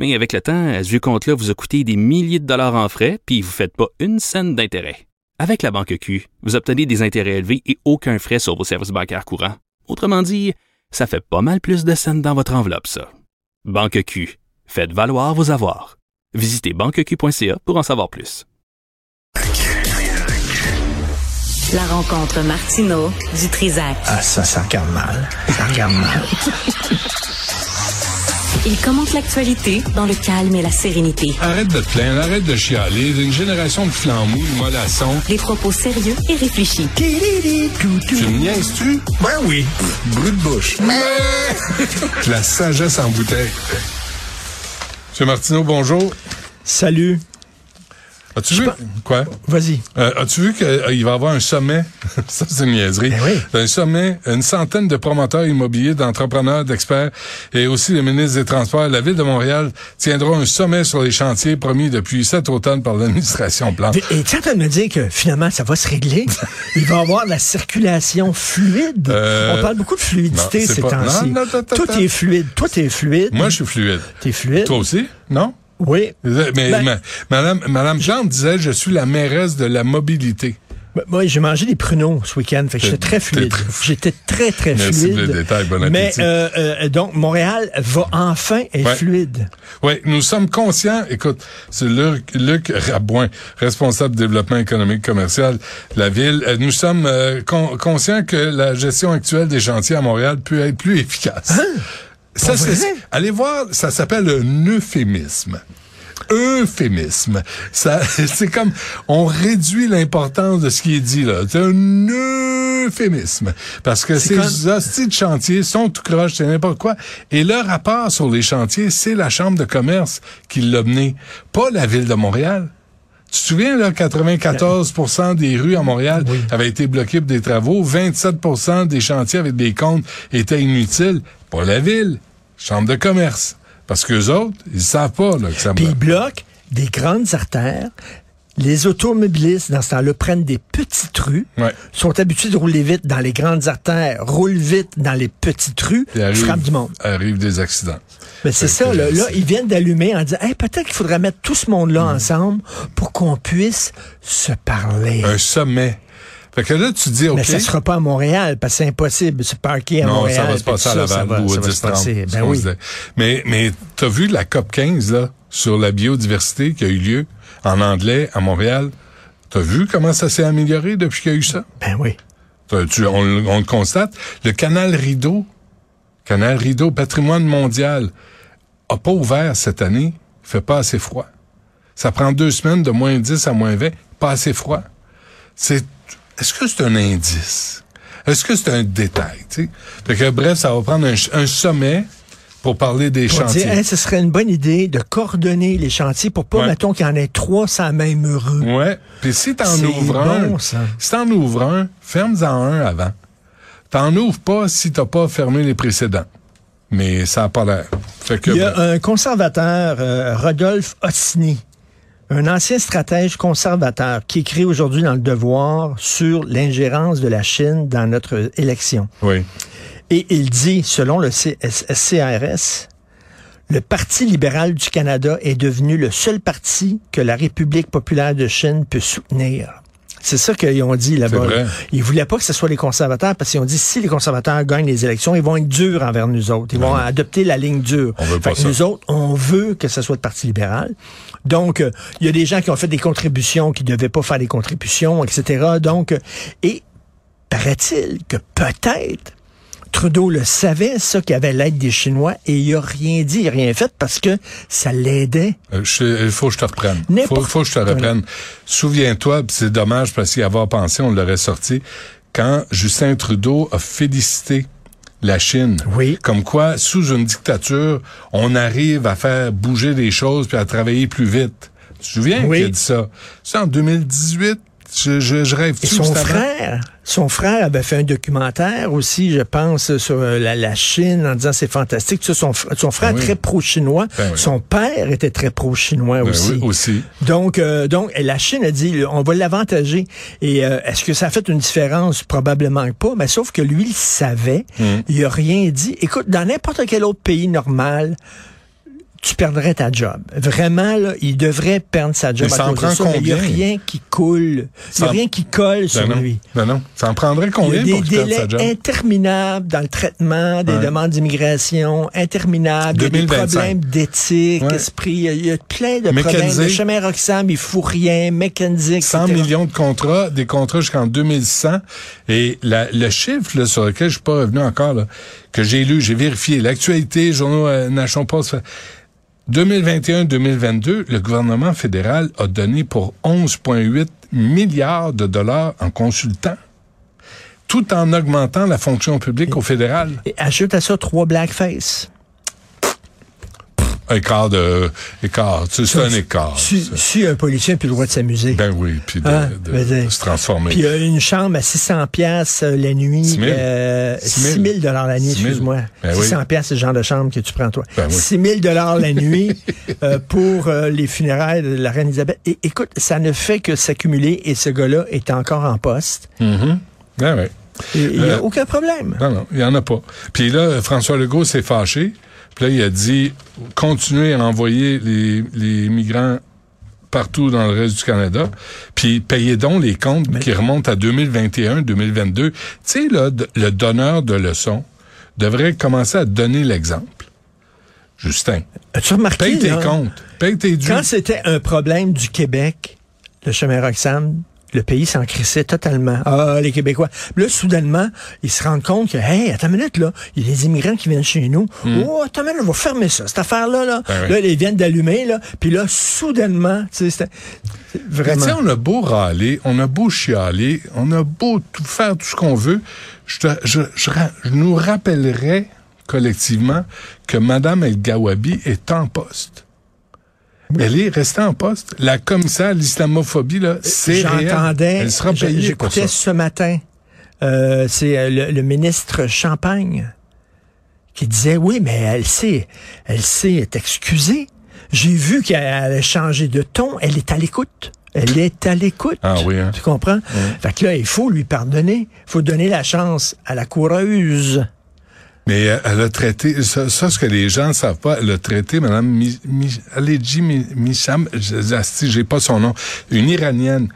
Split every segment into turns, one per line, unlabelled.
Mais avec le temps, à ce vieux compte-là vous a coûté des milliers de dollars en frais, puis vous ne faites pas une scène d'intérêt. Avec la Banque Q, vous obtenez des intérêts élevés et aucun frais sur vos services bancaires courants. Autrement dit, ça fait pas mal plus de scènes dans votre enveloppe, ça. Banque Q. Faites valoir vos avoirs. Visitez banqueq.ca pour en savoir plus.
La rencontre Martino du Trizac.
Ah, ça, ça regarde mal. Ça regarde mal.
Il commente l'actualité dans le calme et la sérénité.
Arrête de te plaindre, arrête de chialer. Une génération de flambous, de mollassons.
Des propos sérieux et réfléchis.
Tu me niaises-tu?
Ben oui.
Brut de bouche. La sagesse en bouteille. Monsieur Martineau, bonjour.
Salut.
As-tu vu? Quoi?
Vas-y.
Euh, As-tu vu qu'il va y avoir un sommet? ça, c'est une niaiserie.
Ben oui.
Un sommet, une centaine de promoteurs immobiliers, d'entrepreneurs, d'experts et aussi le ministre des Transports. La Ville de Montréal tiendra un sommet sur les chantiers promis depuis cet automne par l'administration Plante.
Et tu es en train de me dire que finalement, ça va se régler? Il va y avoir de la circulation fluide.
Euh,
On parle beaucoup de fluidité
non, c'est
ces
pas-
temps-ci.
non, non, non,
Tout
non.
est fluide. Tout est fluide.
Moi, je suis fluide.
T'es fluide.
Toi aussi? Non?
Oui.
Mais,
Ben-
ma- madame, madame Plante disait, je suis la mairesse de la mobilité.
Ben, Moi, j'ai mangé des pruneaux ce week-end, fait que j'étais très
t'es
fluide.
très-
J'étais très, très
Merci
fluide.
pour le détail, bon appétit.
Mais euh, euh, donc, Montréal va enfin être
Ouais.
fluide.
Oui, nous sommes conscients, écoute, c'est Luc, Luc Rabouin, responsable développement économique commercial de la ville. Euh, Nous sommes euh, con- conscients que la gestion actuelle des chantiers à Montréal peut être plus efficace. Ça,
Hein? Pour
c'est-
vrai?
allez voir, ça s'appelle un euphémisme. Euphémisme. Ça, c'est comme, on réduit l'importance de ce qui est dit, là. C'est un euphémisme. Parce que
C'est
ces
comme-
hosties de chantiers sont tout croche, c'est n'importe quoi. Et leur rapport sur les chantiers, c'est la Chambre de commerce qui l'a mené. Pas la Ville de Montréal. Tu te souviens, là, 94 des rues à Montréal avaient été bloquées pour des travaux. 27 des chantiers avec des comptes étaient inutiles. Pas la ville, chambre de commerce. Parce qu'eux autres, ils savent pas là, que ça
Puis ils
bloque.
bloquent des grandes artères. Les automobilistes, dans ce temps-là, prennent des petites rues,
Ouais.
sont habitués de rouler vite dans les grandes artères, roulent vite dans les petites rues,
Puis arrive-
frappent du monde.
Arrivent des accidents.
Mais c'est
Fait
ça,
que,
là, là,
c'est-
ils viennent d'allumer en disant, Hey, peut-être qu'il faudrait mettre tout ce monde-là
Mm.
ensemble pour qu'on puisse se parler.
Un sommet. Fait que là, tu dis, OK.
Mais ça sera pas à Montréal, parce que c'est impossible de se parquer à
non,
Montréal.
ça va se
puis
passer à
tout ça, ça
Laval
va-
ou à
ça va se
10 30,
passer.
ce
Ben
qu'on
oui.
disait. Mais, mais t'as vu la COP 15, là, sur la biodiversité qui a eu lieu en anglais à Montréal. T'as vu comment ça s'est amélioré depuis qu'il y a eu ça?
Ben oui.
Euh, tu- on, le- on le constate. Le canal Rideau, canal Rideau, patrimoine mondial, a pas ouvert cette année. Il fait pas assez froid. Ça prend deux semaines de moins 10 à moins 20. Pas assez froid. C'est, est-ce que c'est un indice? Est-ce que c'est un détail? tu sais? Fait que, bref, ça va prendre un, ch- un sommet pour parler des
Pour
chantiers.
dire, Hey, ce serait une bonne idée de coordonner les chantiers pour pas,
Ouais.
mettons, qu'il y en ait trois sans même rue.
Ouais. Puis si t'en
C'est
ouvres
bon,
un,
ça.
si t'en ouvres un, ferme-en un avant. T'en ouvres pas si t'as pas fermé les précédents. Mais ça a pas l'air. Fait que,
Il y a
bref.
un conservateur, euh, Rodolphe Ossini, un ancien stratège conservateur qui écrit aujourd'hui dans Le Devoir sur l'ingérence de la Chine dans notre élection.
Oui.
Et il dit, selon le CS CRS, le Parti libéral du Canada est devenu le seul parti que la République populaire de Chine peut soutenir. C'est ça qu'ils ont dit là-bas.
C'est vrai.
là. Ils voulaient pas que ce soit les conservateurs parce qu'ils ont dit si les conservateurs gagnent les élections, ils vont être durs envers nous autres. Ils vont adopter la ligne dure.
On veut
Fait
pas
que
ça.
Nous autres, on veut que ce soit le Parti libéral. Donc, euh, il y a des gens qui ont fait des contributions, qui devaient pas faire des contributions, etc. Donc, euh, et paraît-il que peut-être Trudeau le savait, ça, qu'il y avait l'aide des Chinois, et il a rien dit, il a rien fait parce que ça l'aidait.
Euh, je- Il faut que je te reprenne. Il faut,
N'importe
faut que je te reprenne. Souviens-toi, pis c'est dommage parce qu'y avoir pensé, on l'aurait sorti, quand Justin Trudeau a félicité la Chine.
Oui.
Comme quoi, sous une dictature, on arrive à faire bouger les choses puis à travailler plus vite. Tu te souviens
Oui.
qu'il a dit ça? Ça, en 2018, je, je, je rêve
Et
tout,
son
c'est avant.
frère, son frère avait fait un documentaire aussi, je pense, sur euh, la, la Chine en disant c'est fantastique. Tu sais, son, fr- son frère
Ben oui.
très pro-chinois,
Ben oui.
son père était très pro-chinois
Ben
aussi.
oui, aussi.
Donc, euh, donc la Chine a dit, on va l'avantager. Et euh, est-ce que ça a fait une différence? Probablement que pas, mais sauf que lui, il savait,
Hmm.
il a rien dit. Écoute, dans n'importe quel autre pays normal, tu perdrais ta job. Vraiment, là, il devrait perdre sa job
Mais
à
ça en
cause de
prend
ça, mais il n'y a
combien?
rien qui coule. Il n'y a
Ça-
rien qui colle sur
Ben non.
lui.
Ben non. Ça en prendrait
Il y a
combien pour
des
qu'il perde
délais
sa job?
interminables dans le traitement des
Ouais.
demandes d'immigration, interminables, il y a des
2025.
problèmes d'éthique,
Ouais.
esprit, il y a- il y, a plein de problèmes.
McKenzie.
Le chemin Roxham, il fout rien, McKenzie, etc.
100 millions de contrats, des contrats jusqu'en 2100. Et la- le chiffre là, sur lequel je suis pas revenu encore, là, que j'ai lu, j'ai vérifié, l'actualité, journaux euh, Nation Post, 2021-2022, le gouvernement fédéral a donné pour 11,8 milliards de dollars en consultants, tout en augmentant la fonction publique au fédéral.
Et ajoute à ça trois blackface.
Un écart de... Écart, c'est c'est un écart.
Si, si un policier n'a plus le droit de s'amuser.
Ben oui, puis de,
Hein,
de-
je veux dire.
se transformer.
Puis euh, une chambre à 600 pièces la nuit,
6 000.
euh,
6 000.
6 000 dollars la nuit,
6 000.
excuse-moi.
Ben oui.
600 pièces c'est le genre de chambre que tu prends toi.
Ben oui.
6 000 dollars la nuit euh, pour euh, les funérailles de la reine Elisabeth. Et écoute, ça ne fait que s'accumuler et ce gars-là est encore en poste.
Mhm. Ben oui.
Et Il n'y a
Euh,
aucun problème.
Non, non, il n'y en a pas. Puis là, François Legault s'est fâché. Puis là, il a dit continuez à envoyer les, les migrants partout dans le reste du Canada, puis payez donc les comptes qui remontent à 2021-2022. Tu sais, là, d- le donneur de leçons devrait commencer à donner l'exemple. Justin,
As-tu remarqué,
paye tes
là,
comptes, paye tes dues.
quand c'était un problème du Québec, le chemin Roxham, le pays s'en crissait totalement. Ah, les Québécois. Là, soudainement, ils se rendent compte que, hey, attends une minute, là, il y a des immigrants qui viennent chez nous. Oh, attends une minute, on va fermer ça, cette affaire-là, là.
Hmm. Ben oui.
Là, ils viennent d'allumer, là. Puis là, soudainement, tu sais, c'était- c'est
Mais
vraiment.
Ben, tu sais, on a beau râler, on a beau chialer, on a beau tout faire tout ce qu'on veut, je, te- je- je ra- je nous rappellerai collectivement que Madame El Gawabi est en poste. Elle est restée en poste. La commissaire à l'islamophobie, là, c'est réel.
Euh, J'entendais,
Elle sera
je-
payée pour ça.
j'écoutais ce matin, euh, c'est euh, le, le ministre Champagne qui disait, oui, mais elle sait, elle sait excusée. J'ai vu qu'elle a changé de ton, elle est à l'écoute. Elle est à l'écoute.
Ah oui, hein?
Tu comprends? Fait que là, il faut lui pardonner. Il faut donner la chance à la coureuse.
Mais elle, elle a traité, ça, ça, ce que les gens savent pas, elle a traité Madame Mi- Mi- Aleji Mi- Misham, je- asti, j'ai pas son nom, une Iranienne,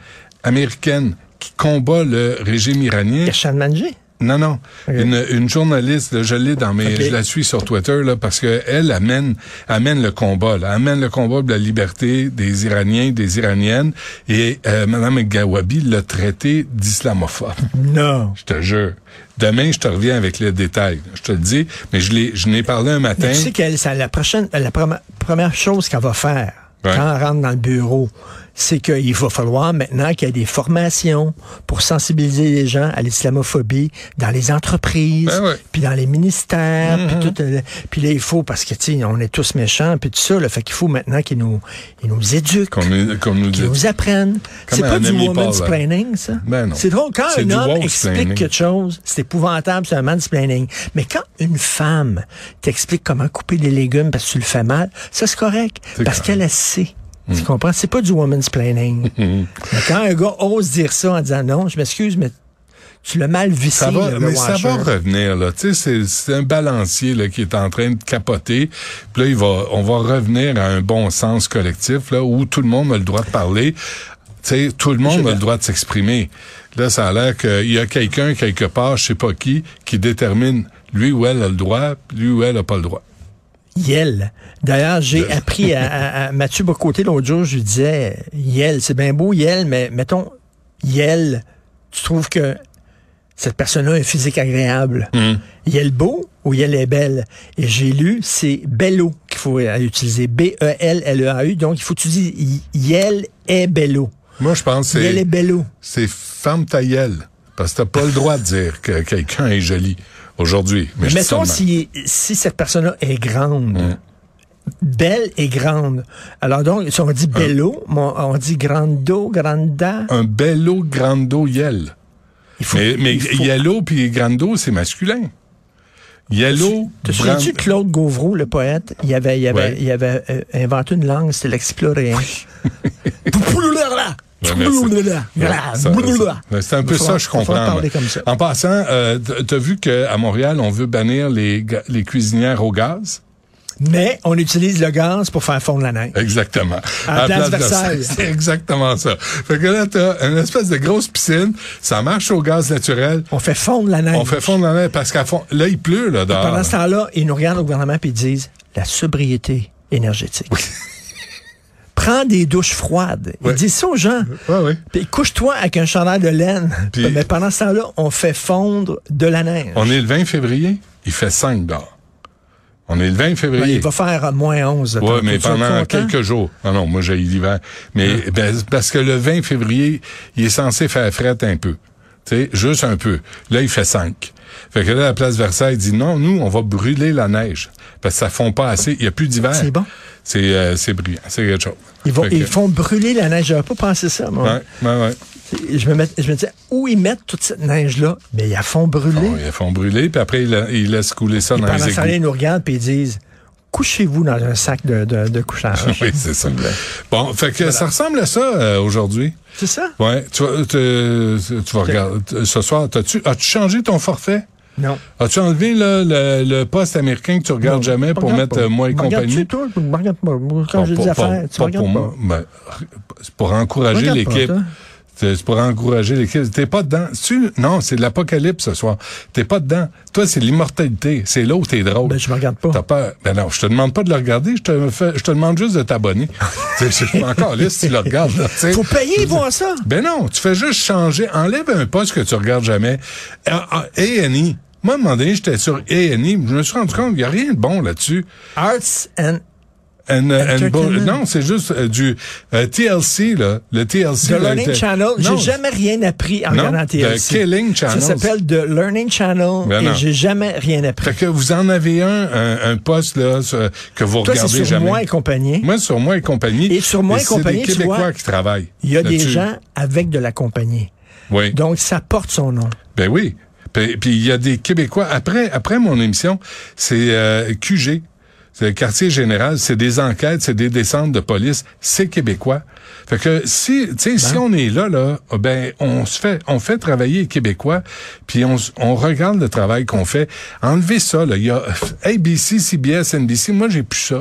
américaine, qui combat le régime iranien.
Gershon Manji.
Non, non. Une, une journaliste, là, je l'ai dans mes,
Ok.
je la suis sur Twitter là, parce que elle amène, amène le combat, là, amène le combat de la liberté des Iraniens, des Iraniennes, et euh, Madame Gawabi l'a traité d'islamophobe.
Non.
Je te jure. Demain, je te reviens avec les détails. Je te le dis, mais je l'ai, je n'ai parlé un matin.
Mais tu sais qu'elle, ça, la prochaine, la premi- première chose qu'elle va faire
Ouais.
quand elle rentre dans le bureau, c'est qu'il va falloir maintenant qu'il y ait des formations pour sensibiliser les gens à l'islamophobie dans les entreprises,
Ben ouais. Mm-hmm.
puis dans les ministères, puis tout. euh, puis là, il faut parce que tu sais, on est tous méchants, puis tout ça. Là, fait qu'il faut maintenant qu'ils nous, ils nous éduquent.
Qu'on est- qu'on nous
qu'ils
dit.
nous apprennent. C'est
un
pas du
ami
woman's
parle.
planning, ça.
Ben non.
C'est drôle. Quand
C'est
un
du
homme
woke
explique
planning.
quelque chose, c'est épouvantable, c'est un mansplaining. Mais quand une femme t'explique comment couper des légumes parce que tu le fais mal, ça c'est correct.
C'est
Parce
correct. Mm.
qu'elle elle sait. Tu comprends? C'est pas du woman's planning.
Mm-hmm.
quand un gars ose dire ça en disant non, je m'excuse, mais tu l'as mal vissé.
Ça va,
le
mais ça
washer.
va revenir là. Tu sais, c'est- c'est un balancier là qui est en train de capoter. Puis là, il va, on va revenir à un bon sens collectif là où tout le monde a le droit de parler. Tu sais, tout le monde a le droit de s'exprimer. Là, ça a l'air qu'il y a quelqu'un quelque part, je sais pas qui, qui détermine lui ou elle a le droit, lui ou elle a pas le droit.
Yel. D'ailleurs, j'ai appris à, à- à Mathieu Bocoté l'autre jour, je lui disais, Yel, c'est bien beau, Yel, mais mettons, Yel, tu trouves que cette personne-là a un physique agréable. Yel beau ou Yel est belle? Et j'ai lu, c'est bello qu'il faut euh, utiliser. B-E-L-L-E-A-U. E Donc, il faut que tu dis Yel est bello.
Moi, je pense que
Yel est
c'est
bello.
c'est femme ta gueule. parce que t'as pas le droit de dire que quelqu'un est joli aujourd'hui. Mais je dis
mettons
seulement.
si, si cette personne-là est grande. belle et grande. Alors donc, si on dit
Ah.
bello, mon- on dit grando, granda.
Un bello grando yell.
Il faut-
Ah. Mais, mais
il faut-
yellow puis grando, c'est masculin. Yellow,
Te
brand-
souviens-tu de Claude Gauvreau, le poète? Il avait, il avait,
Ouais.
il avait euh, inventé une langue, c'était l'explorer. Poupoulala!
Ouais, merci.
Poupoulala!
Ouais,
Voilà,
ça-
poupoulala.
ça- C'est un peu
Il faut-
ça, je
il faut
comprends.
parler comme ça.
En passant, euh, t- t'as vu qu'à Montréal, on veut bannir les, ga- les cuisinières au gaz?
Mais on utilise le gaz pour faire fondre la
Euh.
neige.
Exactement.
À la place
de
Versailles.
ça, C'est exactement ça. Fait que là, t'as une espèce de grosse piscine, ça marche au gaz naturel,
On fait fondre la neige.
on fait fondre la neige parce qu'à fond, là, il pleut, là, dehors.
Pendant ce temps-là, ils nous regardent au gouvernement et ils disent la sobriété énergétique. Prends des douches froides.
Ouais.
Ils disent ça aux gens.
Ouais, ouais.
Puis couche-toi avec un chandail de laine.
Puis-
Mais pendant ce temps-là, on fait fondre de la neige.
On est le 20 février, il fait 5 dehors. On est le 20
Ben,
février.
il va faire euh, moins 11.
Oui,
T'es-
mais
t'es-tu
pendant
content? Ah.
quelques jours. Ah Non, non, moi, j'ai l'hiver. Mais ben, c'est parce que le 20 février, il est censé faire frette un peu. Tu sais, juste un peu. Là, il fait 5. Fait que là, la place Versailles dit non, nous, on va brûler la neige. Parce que ça fond pas assez. Il n'y a plus d'hiver.
C'est bon.
C'est euh, c'est brillant. C'est quelque chose.
Ils, vont,
Fait que-
ils font hein? brûler la neige. J'avais pas pensé ça, moi.
Ouais, ouais, ouais.
Je, me mets- je me disais, où ils mettent toute cette neige-là? Mais ils la font brûler.
Bon, ils la font brûler, puis après, ils, la- ils laissent couler ça dans
pendant
les
ce temps-là,
égouts.
ils nous regardent et ils disent, couchez-vous dans un sac de, de, de couchage.
Oui, c'est ça. Bon, fait que ça ressemble à ça euh, aujourd'hui.
C'est ça?
Ouais, tu vas, te- euh, tu vas regarder. t- euh, Ce soir, as-tu as changé ton forfait?
Non.
As-tu enlevé là, le, le poste américain que tu regardes jamais pour mettre euh, moi et compagnie?
Regarde-tu, toi? Me regarde pas. Moi, Quand
Pas-
j'ai
pas-
des
pas-
affaires, tu
pas
me regardes
pour
pas.
moi. Ben, c'est pour encourager
Regarde pas,
l'équipe.
toi.
C'est c'est pour encourager l'équipe. T'es pas dedans. Tu- non, c'est de l'apocalypse ce soir. T'es pas dedans. Toi, c'est l'immortalité. C'est là où t'es drôle.
Ben, je me regarde pas.
T'as peur. Ben non, je te demande pas de le regarder. Je te, fais- je te demande juste de t'abonner. Tu sais, je suis encore là si tu le regardes. là, tu sais.
Faut payer voir ça.
Ben non, tu fais juste changer. Enlève un poste que tu regardes jamais. Ah, ah, A&E. Moi, à un moment donné, j'étais sur A&E. Je me suis rendu compte qu'il n'y a rien de bon là-dessus.
Arts and
And, uh, and bo-
Entertainment.
non, c'est juste euh, du euh, TLC, là. Le TLC.
The
là,
Learning
était-
Channel.
Non,
J'ai jamais rien appris en
Non,
regardant
The
TLC.
Killing Channel.
Ça s'appelle The Learning Channel
Ben non.
et j'ai jamais rien appris.
Fait que vous en avez un, un, un poste, là, sur- que vous
Toi, c'est
regardez
sur
jamais.
moi et compagnie.
Moi, sur moi et compagnie.
Et sur Moi et compagnie, tu
C'est des Québécois
vois,
qui travaillent.
Il y a des
là-dessus.
gens avec de la compagnie.
Oui.
Donc, ça porte son nom.
Ben oui. Puis puis il y a des Québécois. Après, après mon émission, c'est euh, QG. C'est le quartier général, c'est des enquêtes, c'est des descentes de police, c'est québécois. Fait que si, tu sais,
Ben.
si on est là, là, ah ben on se fait, on fait travailler les québécois, puis on, s- on regarde le travail qu'on fait. Enlevez ça, là. Il y a ABC, CBS, NBC. Moi, j'ai plus ça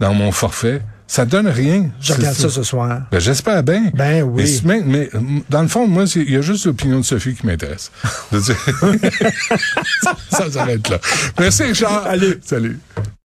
dans mon forfait. Ça donne rien.
Je
C'est-
regarde ça ce soir.
ben, j'espère bien.
Ben oui.
Mais si- Mais, mais, mm, dans le fond, moi, c'est- il y a juste l'opinion de Sophie qui m'intéresse. Je veux dire- ça s'arrête là. Merci, Richard. Allez. Salut.